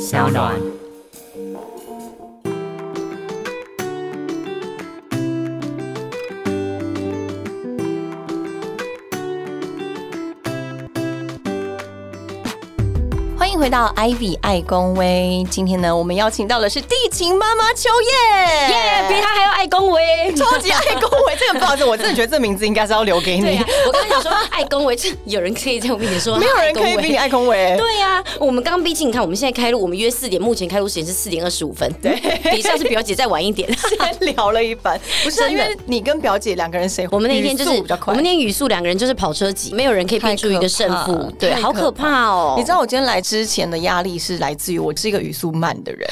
小暖。欢迎回到 Ivy 爱公威，今天呢，我们邀请到的是地勤妈妈秋叶，耶，比他还要爱恭维。超级爱公维，这个不好意思，我真的觉得这名字应该是要留给对你 呀、，我刚刚想说爱 恭维，这有人可以在我面前说没有人可以恭维比你爱公维。对呀、我们刚刚毕竟你看，我们现在开路，我们约四点，目前开路时间是四点二十五分，对，比上次表姐再晚一点。 先聊了一番，不是啊、真因的为你跟表姐两个人谁会？我们那天就是语速比较我快们。那天语速两个人就是跑车级，没有人可以拼出一个胜太可怕负，对，太好可怕哦。你知道我今天来之前的压力是来自于我是一个语速慢的人，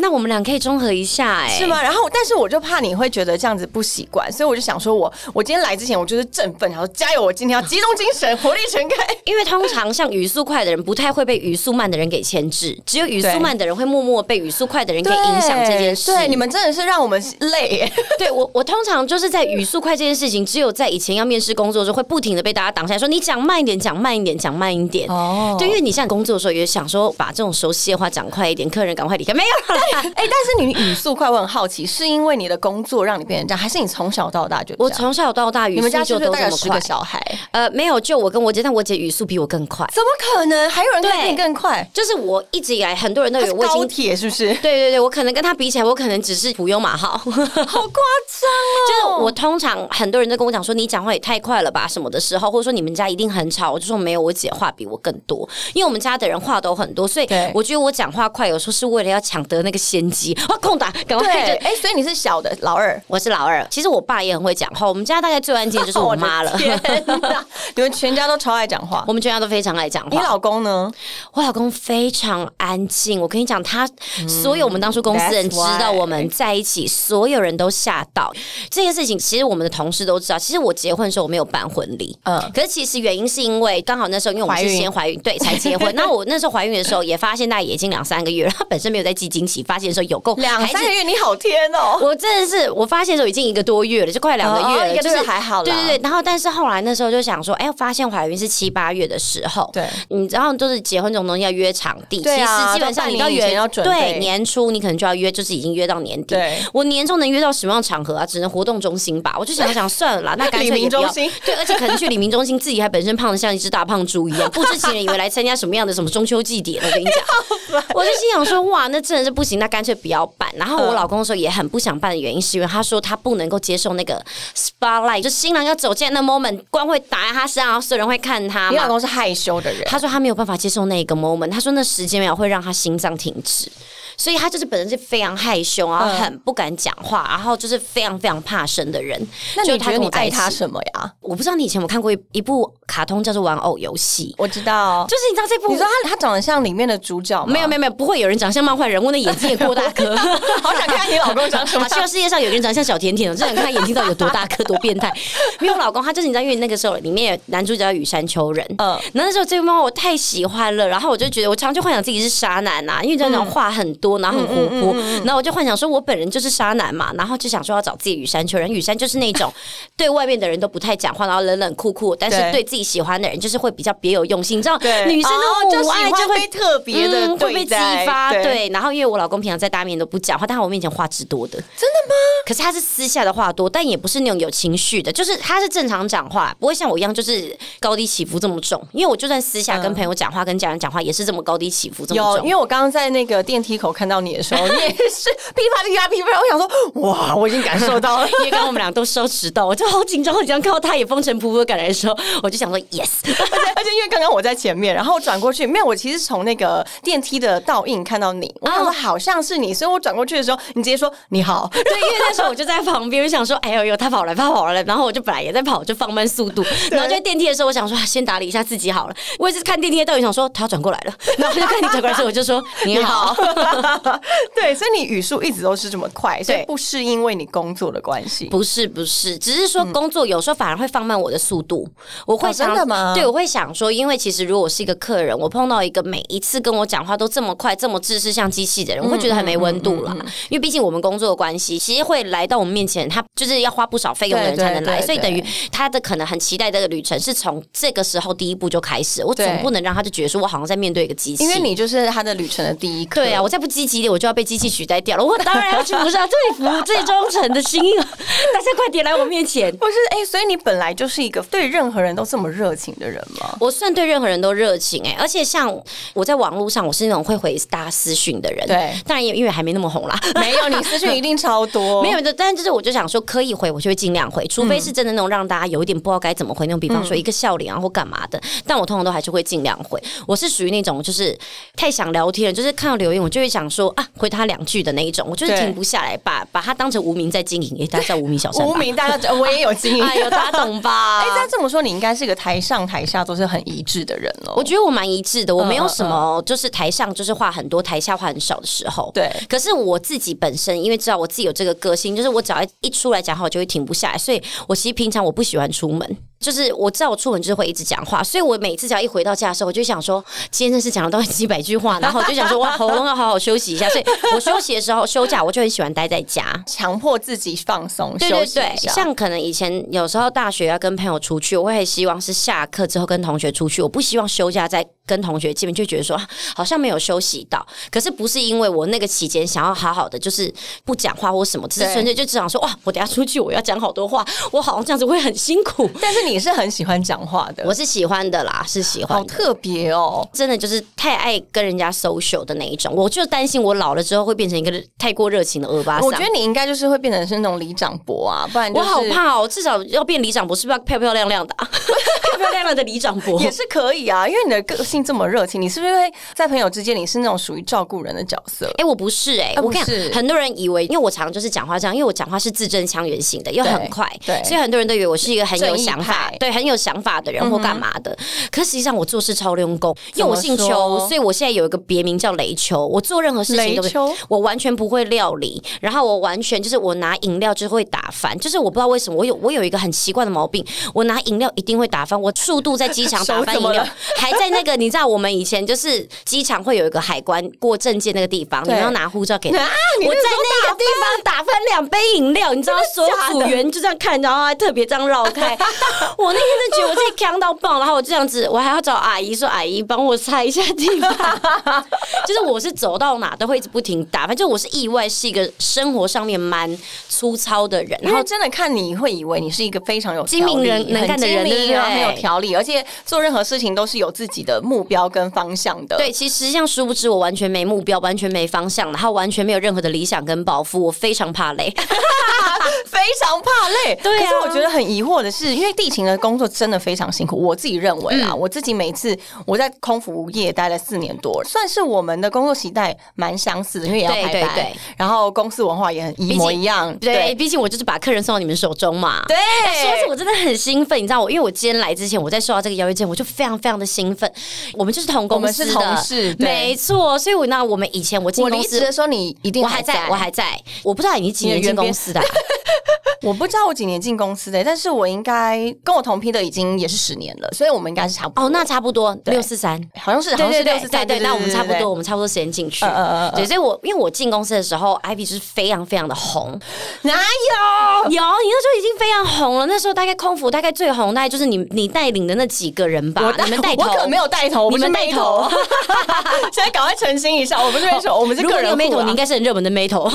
那我们俩可以综合一下、哎，是？吗？然后，但是我就怕你会觉得这样子不习惯，所以我就想说我，我今天来之前我就是振奋，然后加油，我今天要集中精 神，活力全开。因为通常像语速快的人，不太会被语速慢的人给牵制，只有语速对慢的人会默默被语速快的人给影响这件事。对，你们真的是让我们累。 对我，我通常就是在语速快这件事情，只有在以前要面试工作的时候，会不停的被大家挡下来，说你讲慢一点，讲慢一点，讲慢一点。哦对，因为你像工作的时候也想说把这种熟悉的话讲快一点，客人赶快离开。没有啦， 哎、但是你语速快，我很好奇，是因为你的工作让你变成这样，还是你从小到大就这我样？从小到大语你们速家是就不是都大这概么十个快。小孩？呃，没有，就我跟我姐，但我姐语速比我更快。怎么可能？还有人可以对变更快？就是我一直以来，很多人都以他是为我已高经。铁是不 是？对对对，我可能跟她比起来，我可能只是普悠马号。好夸张哦就是我通常很多人都跟我讲说你讲话也太快了吧什么的时候，或者说你们家一定很吵，我就说没有，我姐话比我更多，因为我们家的人话都很多，所以对我觉得我讲话快，有时候是为了要抢得那个先机，啊，空打，对，赶快就。哎、所以你是小的老二。我是老二，其实我爸也很会讲话，我们家大概最安静的就是我妈 了的。天哪！你们全家都超爱讲话我。们全家都非常爱讲你话。老公呢？我老公非常安静，我跟你讲，他所有我们当初公司人嗯 that's 知 why 道我们在一起，所有人都吓到这件事情。其实我们的同事都知道，其实我结婚的时候我没有办婚礼，嗯，可是其实原因是因为刚好那时候因为我们是怀孕先怀孕，对，才结 婚。那我那时候怀孕的时候也发现大概也已经两三个月了，她本身没有在记惊喜，发现的时候有够两孩子三个月，你好天哦！我真的是，我发现的时候已经一个多月了，就快两个月哦了，一个就是月还好啦对对对，然后但是后来那时候就想说，哎、发现怀孕是七八月的时候，对你知道，就是结婚这种东西要约场地，对啊其实基本上都半你年到以前元要准备对年初你可能就要约，就是已经约到年底对。我年终能约到什么样的场合啊？只能活动中心吧。我就想想算了啦，那干李脆也明不要中。心对，而且可能去李明中心，自己还本身胖的像一只大胖猪一 样，不知情人以为来参加什么样的什么中秋祭典。我跟你讲， 我就心想说，哇，那真的是不行，那干脆不要办。然后我嗯老公说也很不想办的原因，是因为他说他不能够接受那个 spotlight，就新郎要走进来那 moment，光会打在他身上，然后所有人会看他你老嘛。公是害羞的人，他说他没有办法接受那个 moment，他说那十几秒会让他心脏停止，所以他就是本身是非常害羞，然后嗯很不敢讲话，然后就是非常非常怕生的人。那就你觉得跟你我在爱一起他什么呀？我不知道你以前有没有看过一一部卡通叫做《玩偶游戏我知道》，，就是你知道这部你说他他长得像里面的主角吗？没有没有没有，不会有人长相漫画人物，那眼睛也够大 颗。有，好想看你老公长 什么好。啊希望世界上有个人长相小甜甜哦，真的很看他眼睛到底有多大颗、多变态。 没有我老公，他就是你知道，因为那个时候里面有男主角叫羽山丘人，嗯嗯，然后那时候这部漫画我太喜欢了，然后我就觉得我常常就幻想自己是沙男呐、因为真的话很多，然后很活泼，然后我就幻想说我本人就是沙男嘛，然后就想说要找自己羽山丘人，羽山就是那种对外面的人都不太讲话，然后冷冷酷酷，但是对对自己喜欢的人就是会比较别有用心，你知道对，女生哦的就母爱喜就欢会被特别的嗯、会对被激待发，对。然后因为我老公平常在大家面前都不讲话，但他我面前话之多的，真的吗？可是他是私下的话多，但也不是那种有情绪的，就是他是正常讲话，不会像我一样就是高低起伏这么重。因为我就算私下跟朋友讲话、跟家人讲话，也是这么高低起伏这么有，因重。为我刚刚在那个电梯口看到你的时候，你也是噼啪噼啪噼啪，我想说，哇，我已经感受到了。 因为刚刚我们俩都收迟到，我就好紧张，好紧张。看到他也风尘仆仆地赶来的时候，我就想说 yes，而且而且因为刚刚我在前面，然后转过去，没有，我其实从那个电梯的倒影看到你，啊我想说好像是你，所以我转过去的时候，你直接说你 好，对，因为那时候我就在旁边，我想说，哎呦呦，他跑来，他跑来，然后我就本来也在跑，就放慢速度。然后就在电梯的时候，我想说，啊先打理一下自己好了。我也是看电梯的倒影，想说他要转过来了，然后我就看你转过来之后，我就说你好。对，所以你语速一直都是这么快，所以对不是因为你工作的关系。不是不是，只是说工作有时候反而会放慢我的速度。我会嗯哦想、真的吗对，我会想说，因为其实如果我是一个客人，我碰到一个每一次跟我讲话都这么快、这么自私像机器的人，我会觉得很没温度嗯啦。因为毕竟我们工作的关系，其实会来到我们面前，他就是要花不少费用的人对才能来，对对所以等于对他的可能很期待这个旅程是从这个时候第一步就开始。我总对不能让他就觉得说我好像在面对一个机器，因为你就是他的旅程的第一课。对啊，我再不积极一点，我就要被机器取代掉了。我当然要去不是啊，最服最忠诚的心意，大家快点来我面前。不是哎、所以你本来就是一个对任何人都这么热情的人吗？我算对任何人都热情哎、而且像我在网络上，我是那种会回大家私讯的人。对当然也因为还没那么红啦，没有，你私讯一定超 多，没有的。但就是我就想说，可以回我就会尽量回，除嗯非是真的那种让大家有一点不知道该怎么回那种，比方说一个笑脸啊或干嘛的。但我通常都还是会尽量回。我是属于那种就是太想聊天了，就是看到留言我就会想说啊回他两句的那一种，我就是对停不下来，把把他当成无名在经营，也大家叫无名小三吧无。名大 家我也有经营。哎呦，大家懂 吧？哎、那这么说，你应该是个台上台下都是很一致的人哦。我觉得我蛮一致的，我没有嗯什么就是台上就是话很多，台下话很少的时候。对可是我自己本身因为知道我自己有这个个性，就是我只要一出来讲话，我就会停不下来，所以我其实平常我不喜欢出门。就是我知道我出门就是会一直讲话，所以我每次只要一回到家的时候，我就想说今天真是讲了到底几百句话，然后我就想说哇喉咙要好好休息一下，所以我休息的时候 休假我就很喜欢待在家。强迫自己放松，对对休息对一，下像可能以前有时候大学要跟朋友出去，我会希望是下课之后跟同学出去，我不希望休假再跟同学见面，就觉得说啊好像没有休息到。可是不是因为我那个期间想要好好的，就是不讲话或什么，只是对纯粹就只想说哇，我等一下出去我要讲好多话，我好像这样子会很辛苦。但是你是很喜欢讲话的， 我是喜欢的啦，是喜欢好的。特别哦。真的就是太爱跟人家 social 的那一种，我就担心我老了之后会变成一个太过热情的二八我三觉。得你应该就是会变成是那种李长博啊，不然就我是好怕哦，至少要变里长伯，是不是要漂漂亮亮的、啊？ 漂漂亮亮的里长伯也是可以啊，因为你的个性这么热情，你是不是会在朋友之间你是那种属于照顾人的角色？哎、我不是哎、啊我跟你不是讲，很多人以为，因为我常常就是讲话这样，因为我讲话是字正腔圆型的，又对很快，对所以很多人都以为我是一个很有正义想法派，嗯对，很有想法的人或干嘛的。可实际上我做事超用功，因为我姓怎么邱，说所以我现在有一个别名叫雷邱。我做任何事情都雷邱不，我完全不会料理，然后我完全就是我拿饮料就会打翻，就是我不知道为什么，我有我有一个很奇怪的毛病，我拿饮料一定会打翻，我速度在机场打手翻怎么饮料了， 还在那个你知道我们以前就是机场会有一个海关过证件那个地方， 你们对要拿护照给他。啊，你我那在个时候那个地方打翻两杯饮料，你知道，所 有假的组员就这样看，然后还特别这样绕 开。我那天就觉得我自己扛到爆，然后我就这样子，我还要找阿姨说：“阿姨，帮我擦一下地板。” 就是我是走到哪都会一直不停打，反正我是意外是一个生活上面蛮粗糙的人，然因后为真的看你会以为你是一个非常有精明人条理能干的人很精明对不对很有条理，而且做任何事情都是有自己的目标跟方向的。对，其实际上殊不知我完全没目标，完全没方向，然后完全没有任何的理想跟抱负，我非常怕 累。非常怕累。对啊可是我觉得很疑惑的是，因为地勤的工作真的非常辛苦，我自己认为嗯啊，我自己每次我在空服业待了四年多，算是我们的工作时代蛮相似的，因为也要对排班，对对然后公司文化也很一模一样，对，。毕竟我就是把客人送到你们手中嘛。对，说是我真的很兴奋，你知道我，因为我今天来之前，我在收到这个邀约之前，我就非常非常的兴奋。我们就是同公司的，我们是同事对没错。所以我那我们以前我进我公离职司的，时候，你一定我还在，我还在，我不知道你几年你的原进公编司的啊、 我不知道我几年进公司的，但是我应该跟我同批的已经也是十年了，所以我们应该是差不多。哦，那差 不多六四三。好像是好对像对是六对十对三，对，那我们差不对多，我们差不多时间进去嗯嗯嗯。嗯对，所以我因为我进公司的时候，Ivy 就是非常非常的红，对对哪有？ 有，你那时候已经非常红了。那时候大概空服大概最红，大概就是你你带领的那几个人吧，你 们带头。我可没有带头，我不是你们带妹 头。现在赶快澄清一下，我不是妹头，我们是如个果你人有妹户头，啊你应该是很热门的妹头，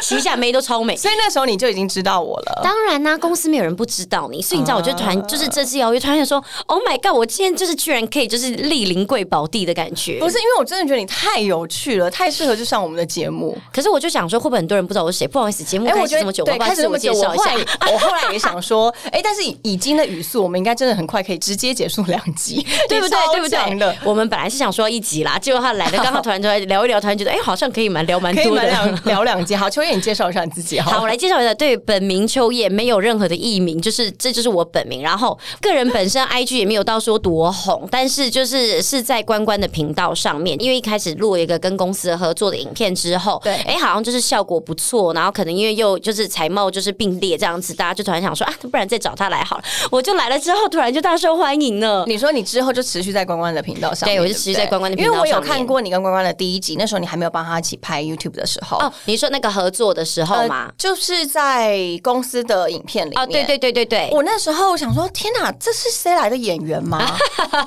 旗下妹都超美。所以那时候你就已经知道我了。 当然啦、公司没有人不知道你，所以你知道，我就突然就是这次邀约，突然想说，Oh my god，我今天就是居然可以就是莅临贵宝地的感觉。不是因为我真的觉得你太有趣了，太适合就上我们的节目。可是我就想说，会不会很多人不知道我是谁？不好意思，节目开我始觉这得么哎久，我对，要不要开始自这我么介久，我绍一后下来。我后来也想说， 哎，但是以以今的语速，我们应该真的很快可以直接结束两集，对不对你？超对不强对的？我们本来是想说一集啦，结果他来了，刚好突然就来聊一聊，突然觉得哎、好像可以蛮聊蛮可以多们的。两聊两集。好，秋叶，你介绍一下你自己好好，了。我来介绍一下。对本名秋叶没有任何的艺名，就是这就是我本名。然后个人本身 IG 也没有到说多红，但是就是是在关关的频道上面，因为一开始录了一个跟公司合作的影片之后，对哎，好像就是效果不错，然后可能因为又就是才貌就是并列这样子，大家就突然想说啊，不然再找他来好了。我就来了之后，突然就大受欢迎了。 你说你之后就持续在关关的频道上面，对我就不持续在关关的频因道为我有上面看过你跟关关的第一集，那时候你还没有帮他一起拍 YouTube 的时候，哦，你说那个合作的时候呃吗？就是在公司的影片里面。哦，对对对对对，我那时候想说，天哪，这是谁来的演员 吗？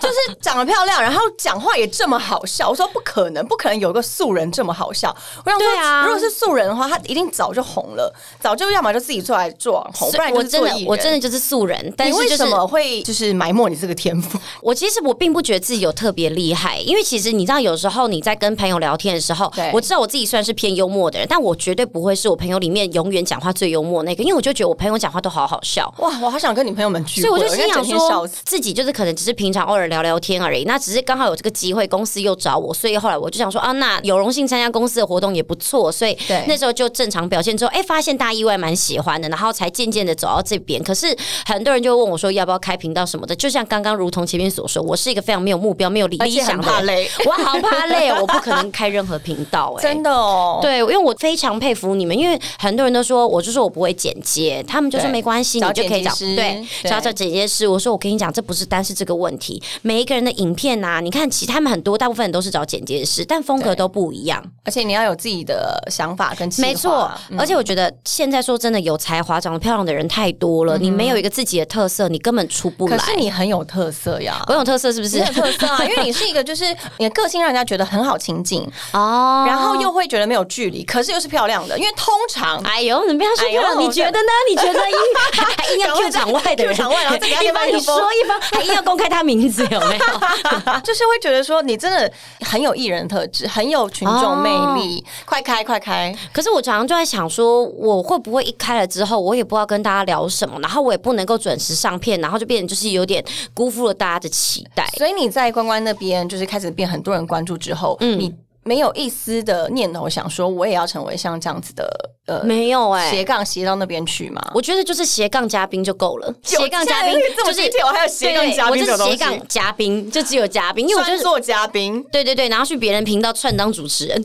就是长得漂亮，然后讲话也这么好笑。我说不可能，不可能有个素人这么好笑。我想说，对啊如果是素人的话，他一定早就红了，早就要么就自己出来做网红，是不然就我是真做的艺人。我真的就是素人，但你是为就是什么会就是埋没你这个天赋？我其实我并不觉得自己有特别厉害，因为其实你知道，有时候你在跟朋友聊天的时候对，我知道我自己算是偏幽默的人，但我绝对不会是我朋友里面永远讲话最幽默那个，因为我就觉得我朋友讲话都好好笑。 哇，我好想跟你朋友们聚所会，以我就应该心想整天笑说死。，自己就是可能只是平常偶尔聊聊天而已。那只是刚好有这个机会，公司又找我，所以后来我就想说啊，那有荣幸参加公司的活动也不错，所以对那时候就正常表现之后，哎、发现大家意外蛮喜欢的，然后才渐渐的走到这边。可是很多人就问我说要不要开频道什么的，就像刚刚如同前面所说，我是一个非常没有目标、没有理而理且想很的怕人，累，我好怕累哦，我不可能开任何频道、哎，真的哦。对，因为我非常佩服你们，因为很多人都说，我就说我不会剪接，他们就说对没关系，找你就可以剪找辑师对，对找找剪接师。我说我跟你讲，这不是单是这个问题，每一个人的影片呐、你看其他们很多大部分人都是找剪接师，但风格对都不一样。而且你要有自己的想法跟计划。嗯没错，而且我觉得现在说真的，有才华、长得漂亮的人太多了，你没有一个自己的特色，你根本出不来嗯可。是你很有特色呀。我有特色是不你 是？很有特色啊， 因为你是一个就是你的个性让人家觉得很好亲近，哦，然后又会觉得没有距离，可是又是漂亮的，因为通 常。 哎呦，你不要说哎呦了，你觉得呢？你觉得 因还硬要赶快 Q 场外的人， Q 场外然后再给他一一个般麦你克风说一方还硬要公开他名字，有 没有？就是会觉得说你真的很有艺人特质，很有群众魅力，哦快开快开！可是我常常就在想说，我会不会一开了之后，我也不知道跟大家聊什么，然后我也不能够准时上片，然后就变成就是有点辜负了大家的期待。所以你在关关那边就是开始变很多人关注之后，嗯你没有一丝的念头想说我也要成为像这样子的呃没有哎、斜杠斜到那边去吗？我觉得就是斜杠嘉宾就够了，斜杠嘉宾这就么是低调，还有斜杠嘉宾对这种我就是东斜西，杠嘉宾，就只有嘉宾，因为我就专是做嘉宾，对对对，然后去别人频道串当主持人。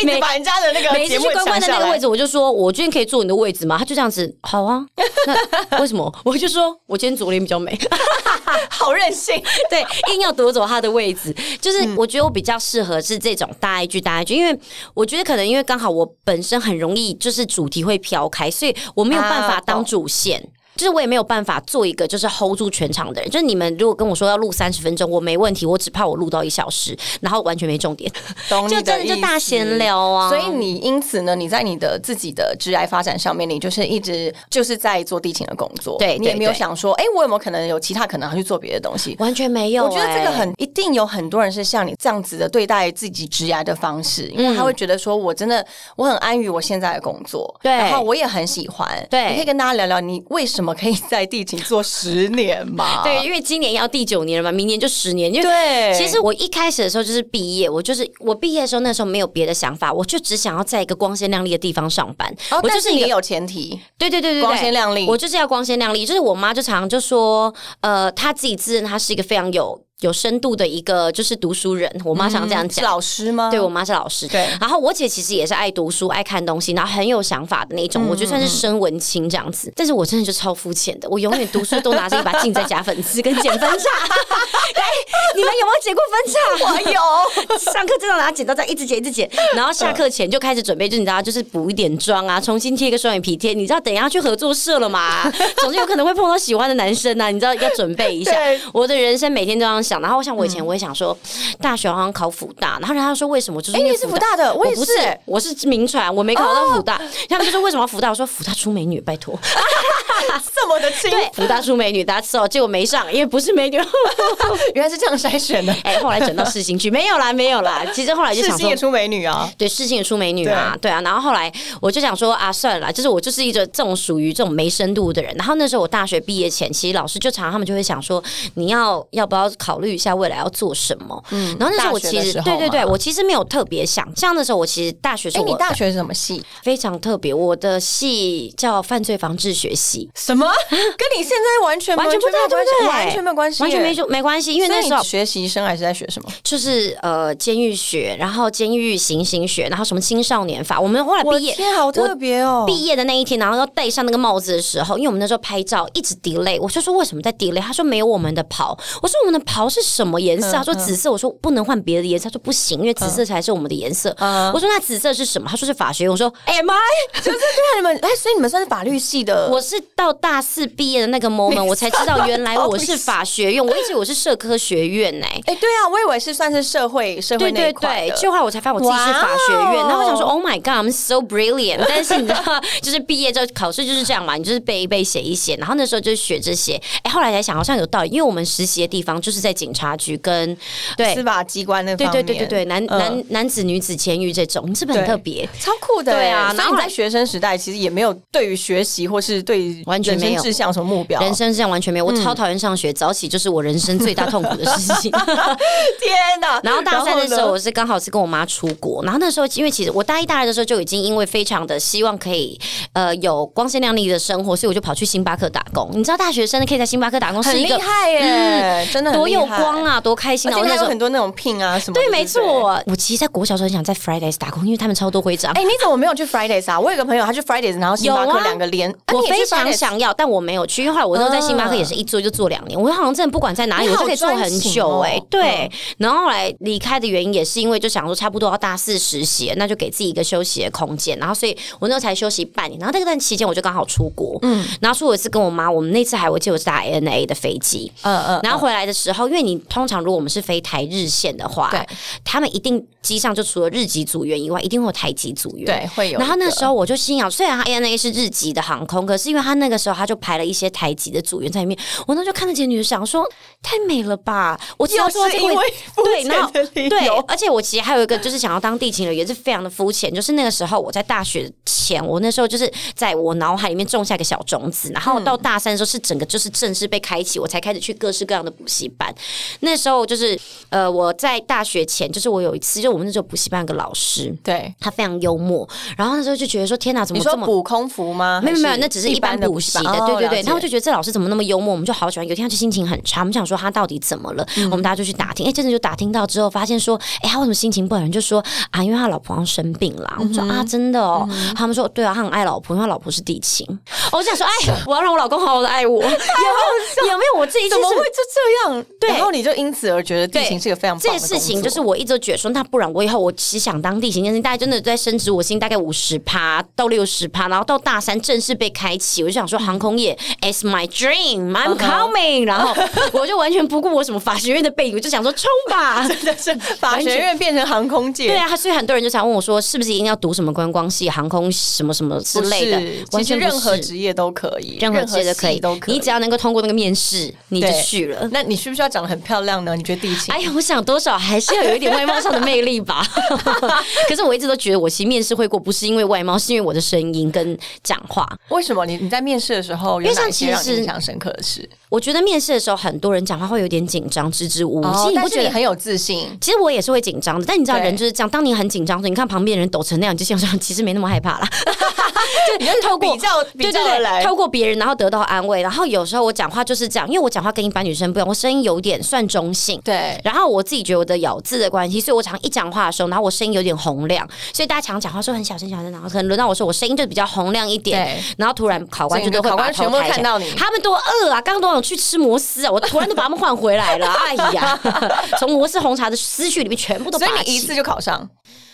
一直把人家的那个每一次节去目关抢关的下那个来位。置，我就说我今天可以坐你的位置吗？他就这样子，好啊。 那为什么？我就说我今天左脸比较美， 好任性。对，硬要夺走他的位置。就是嗯我觉得我比较适合是这种大一句大一句，因为我觉得可能因为刚好我本身很容易就是主题会飘开，所以我没有办法啊当懂主线。就是我也没有办法做一个就是 hold 住全场的人，就是你们如果跟我说要录三十分钟，我没问题，我只怕我录到一小时，然后完全没重点，懂你 就的真的就意大思闲聊啊。所以你因此呢，你在你的自己的职业发展上面，你就是一直就是在做地勤的工作，对你也对没有对想说，哎、我有没有可能有其他可能要去做别的东西？完全没有、我觉得这个欸很一定有很多人是像你这样子的对待自己职涯的方式，嗯因为他会觉得说我真的我很安于我现在的工作，对然后我也很喜欢，对你可以跟大家聊聊你为什么可以在地勤做十年嘛？ 对，因为今年要第九年了嘛，明年就十年。因为对，其实我一开始的时候就是毕业，我就是我毕业的时候那时候没有别的想法，我就只想要在一个光鲜亮丽的地方上班。哦，我就但是是你一个有前提，对对对对对光鲜亮丽我就是要光鲜亮丽。就是我妈就常常就说，呃，她自己自认她是一个非常有有深度的一个就是读书人，我妈嗯常这样是讲。老师吗？ 对我妈是老师，对然后我姐其实也是爱读书、爱看东西，然后很有想法的那种，我觉得算是生文青这样子。但是我真的就超肤浅的，我永远读书都拿着一把镜在夹粉刺跟剪分叉。 哎，你们有没有剪过分叉？我 有。上课真的拿剪刀在一直剪一直剪，然后下课前就开始准备，就你知道，就是补一点妆啊，重新贴一个双眼皮贴。你知道等一下要去合作社了 嘛？总是有可能会碰到喜欢的男生啊，你知道要准备一下对。我的人生每天都这样想，然后嗯像我以前我也想说，大学好像考辅大，然后人家说为什么？就是哎、因为你是福哦大的，我我也不是， 我是名传，我没考到福大。他们就说为什么要福大？我说福大出美女，拜托。这么的轻对，福大出美女，大家知道，结果没上，因为不是美 女。原来是这样筛选的。哎、后来整到世新去，没有啦，没有啦。其实后来就世想新说也，出美女啊，对，世新也出美女啊，对啊。然后后来我就想说啊，算了啦，就是我就是一个这种属于这种没深度的人。然后那时候我大学毕业前，其实老师就常常他们就会想说，你要要不要考虑一下未来要做什么？嗯，然后那时候我大其学的实时候对对对，嘛我其实没有特别想，像那时候我其实大学时哎、候你我大学是什么系？非常特别，我的系叫犯罪防治学系。什么？跟你现在完全完全不哎没有对，关系，对不对？完全没有关系，完全没。就没关系，因为所那以时候你学习生还是在学什么？就是呃，监狱学，然后监狱行刑学，然后什么青少年法，我们后来我毕的业。天，好特别哦！毕业的那一天，然后要戴上那个帽子的时候，因为我们那时候拍照一直 delay，我就说为什么在 delay？他说没有我们的袍，我说我们的袍是什么颜色？他说紫色，我说不能换别的颜色，他说不行，因为紫色才是我们的颜色。我说那紫色是什么？他说是法学院，我说嗯 am I？就是对啊，你们哎，所以你们算是法律系的。我是到大四毕业的那个 moment，我才知道原来我是法学院，我一直以为我是社科学院呢、哎、对啊，我以为是算是社会社会对那一对块对的，就后来我才发现我自己是法学哇院，哦然后我想说，Oh my God，I'm so brilliant。但是你知道，就是毕业之后考试就是这样嘛，你就是背一背，写一写。然后那时候就是学这些，哎，后来才想好像有道理，因为我们实习的地方就是在警察局跟对司法机关那对方对面，对对对男嗯男男子女子监狱这种，你是不是很对特别？超酷的欸。对啊所以然你后在学生时代其实也没有对于学习或是对于完全人生没有志向什么目标。人生这样完全没有，我超讨厌上学，早起就是我人生最大痛苦的事 情。 天哪！然后大三的时候，呢我是刚好是跟我妈出国，然后那时候因为其实我大一、大二的时候就已经因为非常的希望可以呃有光鲜亮丽的生活，所以我就跑去星巴克打工。你知道大学生可以在星巴克打工是很一厉个嗯害耶，真的很多有厉害光，啊，多开心而啊！且我那还时有候很多那种聘啊什么的。对，没不。错，我其实，在国小的时候很想在 Fridays 打工，因为他们超多徽章。哎，你怎么没有去 Fridays 啊？我有个朋友，他去 Fridays，然后星巴有克啊两个连，啊我你也去非常 Fridays 想要，但我没有去，因为后来我都在星巴克也是一做就做两年，我好像真的不管在哪里，你我好都可以做很久哎、专情哦对，然后后来离开的原因也是因为就想说差不多要大四实习了，那就给自己一个休息的空间，然后所以我那时候才休息半年，然后那段期间我就刚好出国，嗯，然后出国一次跟我妈，我们那次还我记得我是搭 ANA 的飞机，嗯嗯，然后回来的时候，因为你通常如果我们是飞台日线的话对，他们一定机上就除了日籍组员以外，一定会有台籍组员，对，会有一个。然 后那时候我就心想，哎虽然他 ANA 是日籍的航空，可是因为他那个时候他就排了一些台籍的组员在里面，我那时候看到这些女的想说，太美了吧！我只要又做到是这因个为肤对，然后浅的理 对由，，而且我其实还有一个就是想要当地勤的，也是非常的肤浅。就是那个时候我在大学前，我那时候就是在我脑海里面种下一个小种子，然后到大三的时候是整个就是正式被开启，我才开始去各式各样的补习班。那时候就是呃，我在大学前，就是我有一次，就我们那时候补习班有个老师，对，他非常幽默，然后那时候就觉得说天哪，怎你么说这么。补空服吗？没有没有，还那只是一般的补习的班，对对哦了对。解然后就觉得这老师怎么那么幽默，我们就好喜欢。有一天他就心情很差，我们想说他到底怎么了，我们大家就去打嗯听。哎，真的就打听到之后，发现说，哎，他为什么心情不好？人就说啊，因为他老婆好像生病啦。我们说嗯啊，真的哦。他们说对啊，他很爱老婆，因为他老婆是地勤。哦我想说，哎，我要让我老公好好 的爱我。有没有？有没有？我自己怎么会就这样？对然后你就因此而觉得地对勤是一个非常棒这的件事情工作 就是我一直都觉得说，那不然我以后我其实想当地形先生，大概真的在升职我心大概五十趴到六十趴，然后到大三正式被开启，我就想说航空业 is my dream, I'm 嗯哼 coming，、然后我就完全不顾我什么法学院的背景，我就想说冲吧。真的是法学院变成航空界，对啊，所以很多人就想问我说，是不是一定要读什么观光系、航空什么什么之不是类的？完其实全不任何是职业都可以，任何职业都可系以，都可以。你只要能够通过那个面试，你就对去了。那你需不需要长得很漂亮呢？你觉得地勤？哎呀，我想多少还是要有一点外貌上的魅 力吧。可是我一直都觉得，我其实面试会过，不是因为外貌，是因为我的声音跟讲话。为什么你你在面试的时候有因为像哪些让其你实印象深刻的事？我觉得面试的时候，很多人讲话会有点紧张，支支吾吾。其实你哦但不是觉你得？很有自信，其实我也是会紧张的，但你知道对人就是这样。当你很紧张的时候，你看旁边的人抖成那样，你就想说其实没那么害 怕啦。你就是透过比较比对对较而来对，。透过别人然后得到安慰。然后有时候我讲话就是这样，因为我讲话跟一般女生不一样，我声音有点算中性，对，然后我自己觉得我的咬字的关系，所以我常一讲话的时候，然后我声音有点洪亮，所以大家常讲话说很小声小声，然后可能轮到我说我声音就比较洪亮一点对，然后突然考官就都会把所以你的考官全头部抬起看来到你他们多饿啊，刚刚都想去吃摩斯啊，我突然都把他们换 回来了，哎呀，从摩斯红茶的思绪里面全部都所拔以你一起次。就考上，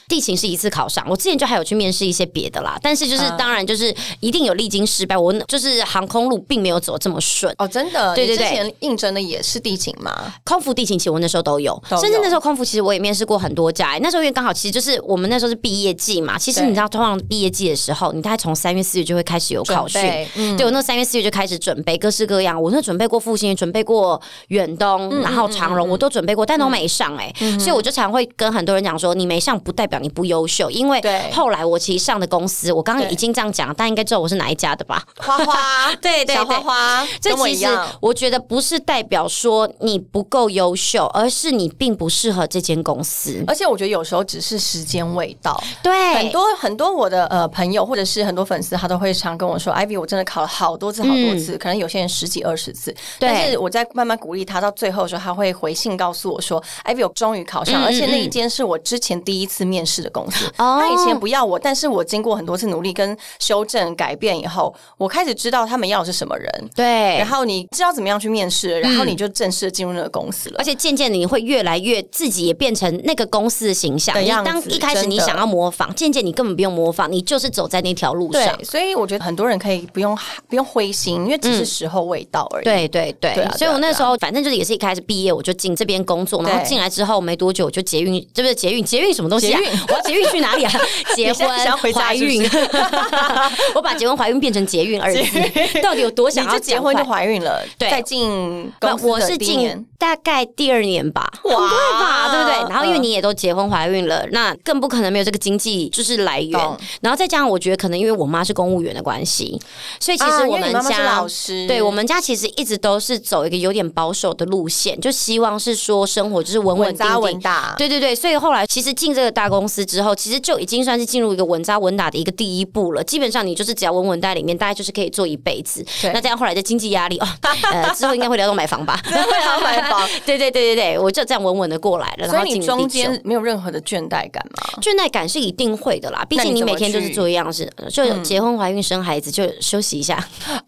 地勤是一次考上，我之前就还有去面试一些别的啦，但是就是嗯当然就是一定有历经失败，我就是航空路并没有走这么顺。哦，真的，对对你之对前应征的也是地勤 吗？空服、地勤，其实我那时候都有，都有甚至那时候空服，其实我也面试过很多家、欸那时候因为刚好，其实就是我们那时候是毕业季嘛。其实对你知道，通常毕业季的时候，你大概从三月、四月就会开始有考训准。备嗯对我那三月、四月就开始准备各式各样，我那准备过复兴，准备过远东，嗯然后长荣，我都准备过，但都没上哎、欸所以我就常会跟很多人讲说，你没上不代表你不优秀，因为对后来我其实上的公司，我刚刚对已经这样讲，大家应该知道我是哪一家的吧？花 花，对对小花对花，这跟我其一实样。我觉得不是代表说你不够优秀，而是你并不适合这间公司。而且我觉得有时候只是时间未到，对，很多很多我的呃朋友或者是很多粉丝，他都会常跟我说：“Ivy，我真的考了好多次好多次，可能有些人十几二十次。”嗯对但是我在慢慢鼓励他，到最后的时候，他会回信告诉我说：“Ivy，我终于考上，嗯而且那嗯一间是我之前第一次面试的公司。哦他以前不要我，但是我经过很多次努力跟修正改变以后，我开始知道他们要的是什么人。”对然。后你知道怎么样去面试，然后你就正式地进入那个公司了。而且渐渐的，你会越来越自己也变成那个公司的形象。的你样当子一开始真你的想要模仿，渐渐你根本不用模仿，你就是走在那条路上对，。所以我觉得很多人可以不用不用灰心，因为只是时候未到而已。对对对，对啊所以我对啊那时候反正就是也是一开始毕业我就进这边工作，然后对进来之后没多久我就捷运，这不是捷运，捷运什么东西啊捷？运 我要捷运去哪里 啊？结你现婚在想要、回家怀是不是孕， 我把结婚、怀孕变成捷运二字， 到底有多想你要就结婚就讲话？怀孕了，对再进公不，司我是的第一进年，大概第二年吧，哇很快吧，对不对？然后因为你也都结婚怀孕了，那更不可能没有这个经济就是来源懂。然后再加上我觉得可能因为我妈是公务员的关系，所以其啊实因我为们你妈妈是家老师，对我们家其实一直都是走一个有点保守的路线，就希望是说生活就是稳稳稳定扎稳定。打， 对对对，所以后来其实进这个大公司之后，其实就已经算是进入一个稳扎稳打的一个第一步了。基本上你就是只要稳稳在里面，大概就是可以做一辈子。对那这样后来的经济压力哦， 呃，之后应该会聊到买房吧？ 会聊到买房。对对对对对，我就这样稳稳的过来了。然所后以进你入中第九间没有任何的倦怠感吗？倦怠感是一定会的啦，毕那竟你你怎每么天就是去嗯做一样事，呃就结婚、怀孕、生孩子，就休息一下。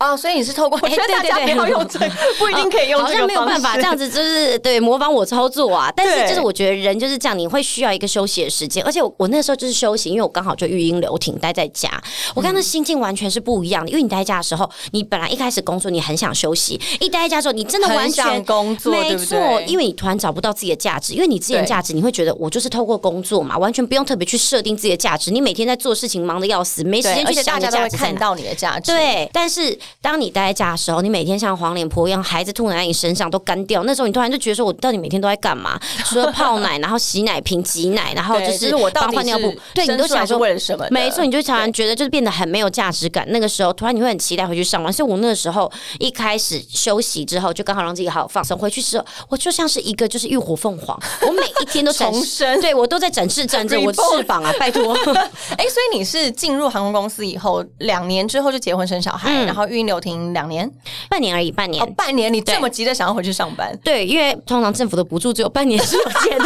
哦，所以你是透过， 我觉得对大对家对不要用这， 不一定可以用好这像个没有办法方这式样子，就是对模仿我操作啊。但是 对就是我觉得人就是这样，你会需要一个休息的时间。而且我我那时候就是休息，因为我刚好就育婴留停，待在家。我刚刚心境完全是不一样的，因为你待在家的时候，你本来一开始工作你很想休息，一待在家之后你真的完很想全。工作，没对不错，对？因为你突然找不到自己的价值，因为你之前对价值你会觉得我就是透过工作嘛，完全不用特别去设定自己的价值。你每天在做事情忙得要死，没时对，间而去且想大你的家都价会值在看哪。到你的价值，对，但是当你待在家的时候，你每天像黄脸婆一样，孩子吐奶在你身上都干掉，那时候你突然就觉得说，我到底每天都在 干嘛？除了泡奶，然后洗奶瓶、挤奶，然后对，就就是是我到帮底换尿布是，对你生都出来想是说。为了什么的？没错，你就常常觉得就是变得很没有价值感。那个时候，突然你会很期待回去上班。所以我那个时候一开始休息之后，就刚好让自己好好放松。回去之后，我就像是一个就是浴火凤 凰，我每一天都展重生示，对我都在展示战争，我 Reborn 翅膀啊，拜托。 哎、所以你是进入航空公司以后，两年之后就结婚生小孩，嗯然后孕留停两年，半年而已，半年哦，半年，你对这么急着想要回去上 班，对，因为通常政府的补助只有半年是有 钱的，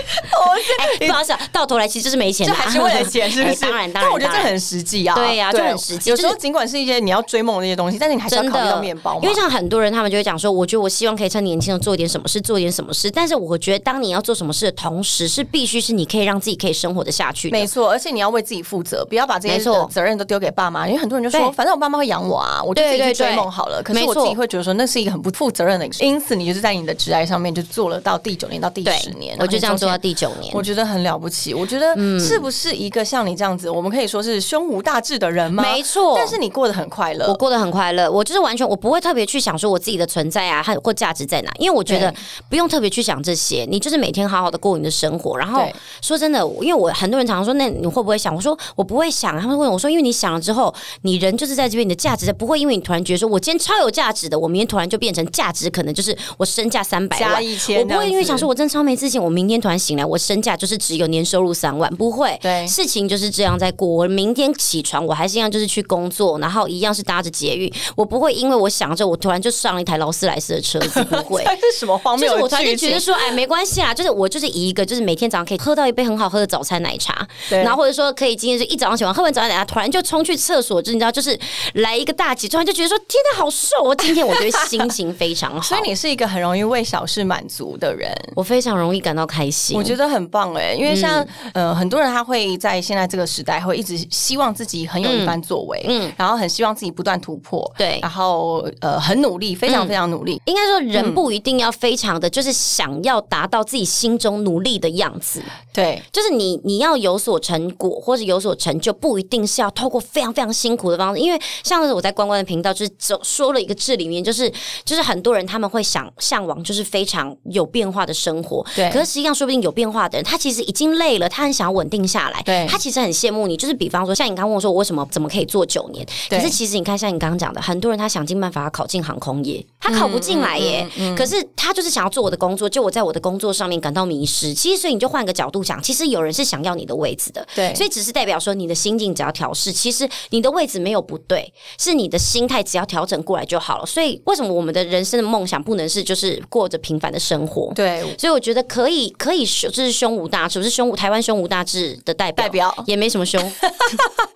哦不好意思啊，到头来其实就是没钱这的啊，还是为了钱，是不是？哎当然，当但然，我觉得这当然很实际啊，对呀就很实际有就是时候尽管是一些你要追梦的一些东西，但是你还是要真考虑到的面包嘛，因为像很多人他们就会讲说，我觉得我希望可以趁年轻的做点什么事，做点什么事。但是我觉得，当你要做什么事的同时，是必须是你可以让自己可以生活的下去的。没错，而且你要为自己负责，不要把这些没错的责任都丢给爸妈，因为很多人就说，对反正我爸妈会养我啊，我就自己去对对对追梦好了。可是没我错自己会觉得说，那是一个很不负责任的一个事，因此你就是在你的职涯上面就做了到第九年到第对十年，，我就这样做然后你中间到第九年我。觉得很了不起。我觉得嗯是不是一个像你这样子，我们可以说是胸无大志的人吗？没错但是你过得很快乐我。过得很快乐，我就是完全我不会特别去想说我自己的存在啊，和或价值在哪，因为我觉得对不用特别去想这些，你就是每天好好的过你的生活。然后对说真的，因为我很多人常常说，那你会不会想？我说我不会想，他们问我说，因为你想了之后，你人就是在这边，你的价值在不会因为你突然觉得说我今天超有价值的，我明天突然就变成价值可能就是我身价三百加万，一千我不这样会子因为想说我真的超没自信，我明天突然醒来，我身价就是只有年收入三万，不会。对。事情就是这样在过。我明天起床，我还是一样就是去工作，然后一样是搭着捷运，我不会因为我想着我突然就上了一台劳斯莱斯的车子，不会 这是什么荒就谬是我突的然就剧觉情？得说，哎，没关系啊，就是我就是以一个就是每天早上可以喝到一杯很好喝的早餐奶茶，对然后或者说可以今天就一早上起床喝完早餐奶茶，突然就冲去厕所，就你知道，就是来一个大急，突然就觉得说，天哪，好瘦哦！今天我觉得心情非常好，所以你是一个很容易为小事满足的人。我非常容易感到开心。我觉得很棒哎、因为像像嗯呃，很多人他会在现在这个时代会一直希望自己很有一番作为，嗯嗯，然后很希望自己不断突破，对嗯然后呃，很努力，非常非常努力。应该说，人嗯不一定要非常的，就是想要达到自己心中努力的样子。对，就是你你要有所成果或者有所成就，不一定是要透过非常非常辛苦的方式。因为像是我在关关的频道，就是走说了一个字里面，就是就是很多人他们会想向往就是非常有变化的生活，对可是实际上说不定有变化的人，他其实已经累了，他很想要稳定下来，对他其实很羡慕你。就是比方说，像你刚刚问我说，我为什么怎么可以做九年？可对是其实你看，像你刚刚讲的，很多人他想尽办法要考进航空业，他考不进来嗯耶。可是他就是想要做我的工作，就我在我的工作上面感到迷失。其实，所以你就换个角度讲，其实有人是想要你的位置的。对所以只是代表说你的心境只要调试，其实你的位置没有不对，是你的心态只要调整过来就好了。所以为什么我们的人生的梦想不能是就是过着平凡的生活？对，所以我觉得可以，可以是，这是胸无大志，我是胸无台湾胸无大志的代表，代表也没什么胸，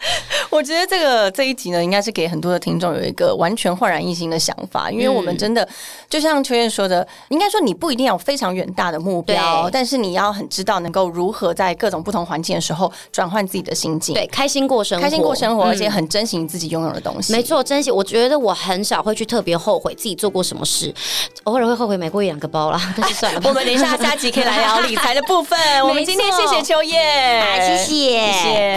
我觉得这个这一集呢，应该是给很多的听众有一个完全焕然一新的想法，因为我们嗯真的、就像秋燕说的，应该说你不一定要有非常远大的目标对，但是你要很知道能够如何在各种不同环境的时候转换自己的心境，对，开心过生活，开心过生活，而且嗯很珍惜你自己拥有的东西。没错，珍惜。我觉得我很少会去特别后悔自己做过什么事，偶尔会后悔买过一两个包啦，但是算了吧。我们等一下下集可以来聊理财的部分。我们今天谢谢秋叶， 啊好谢谢谢谢。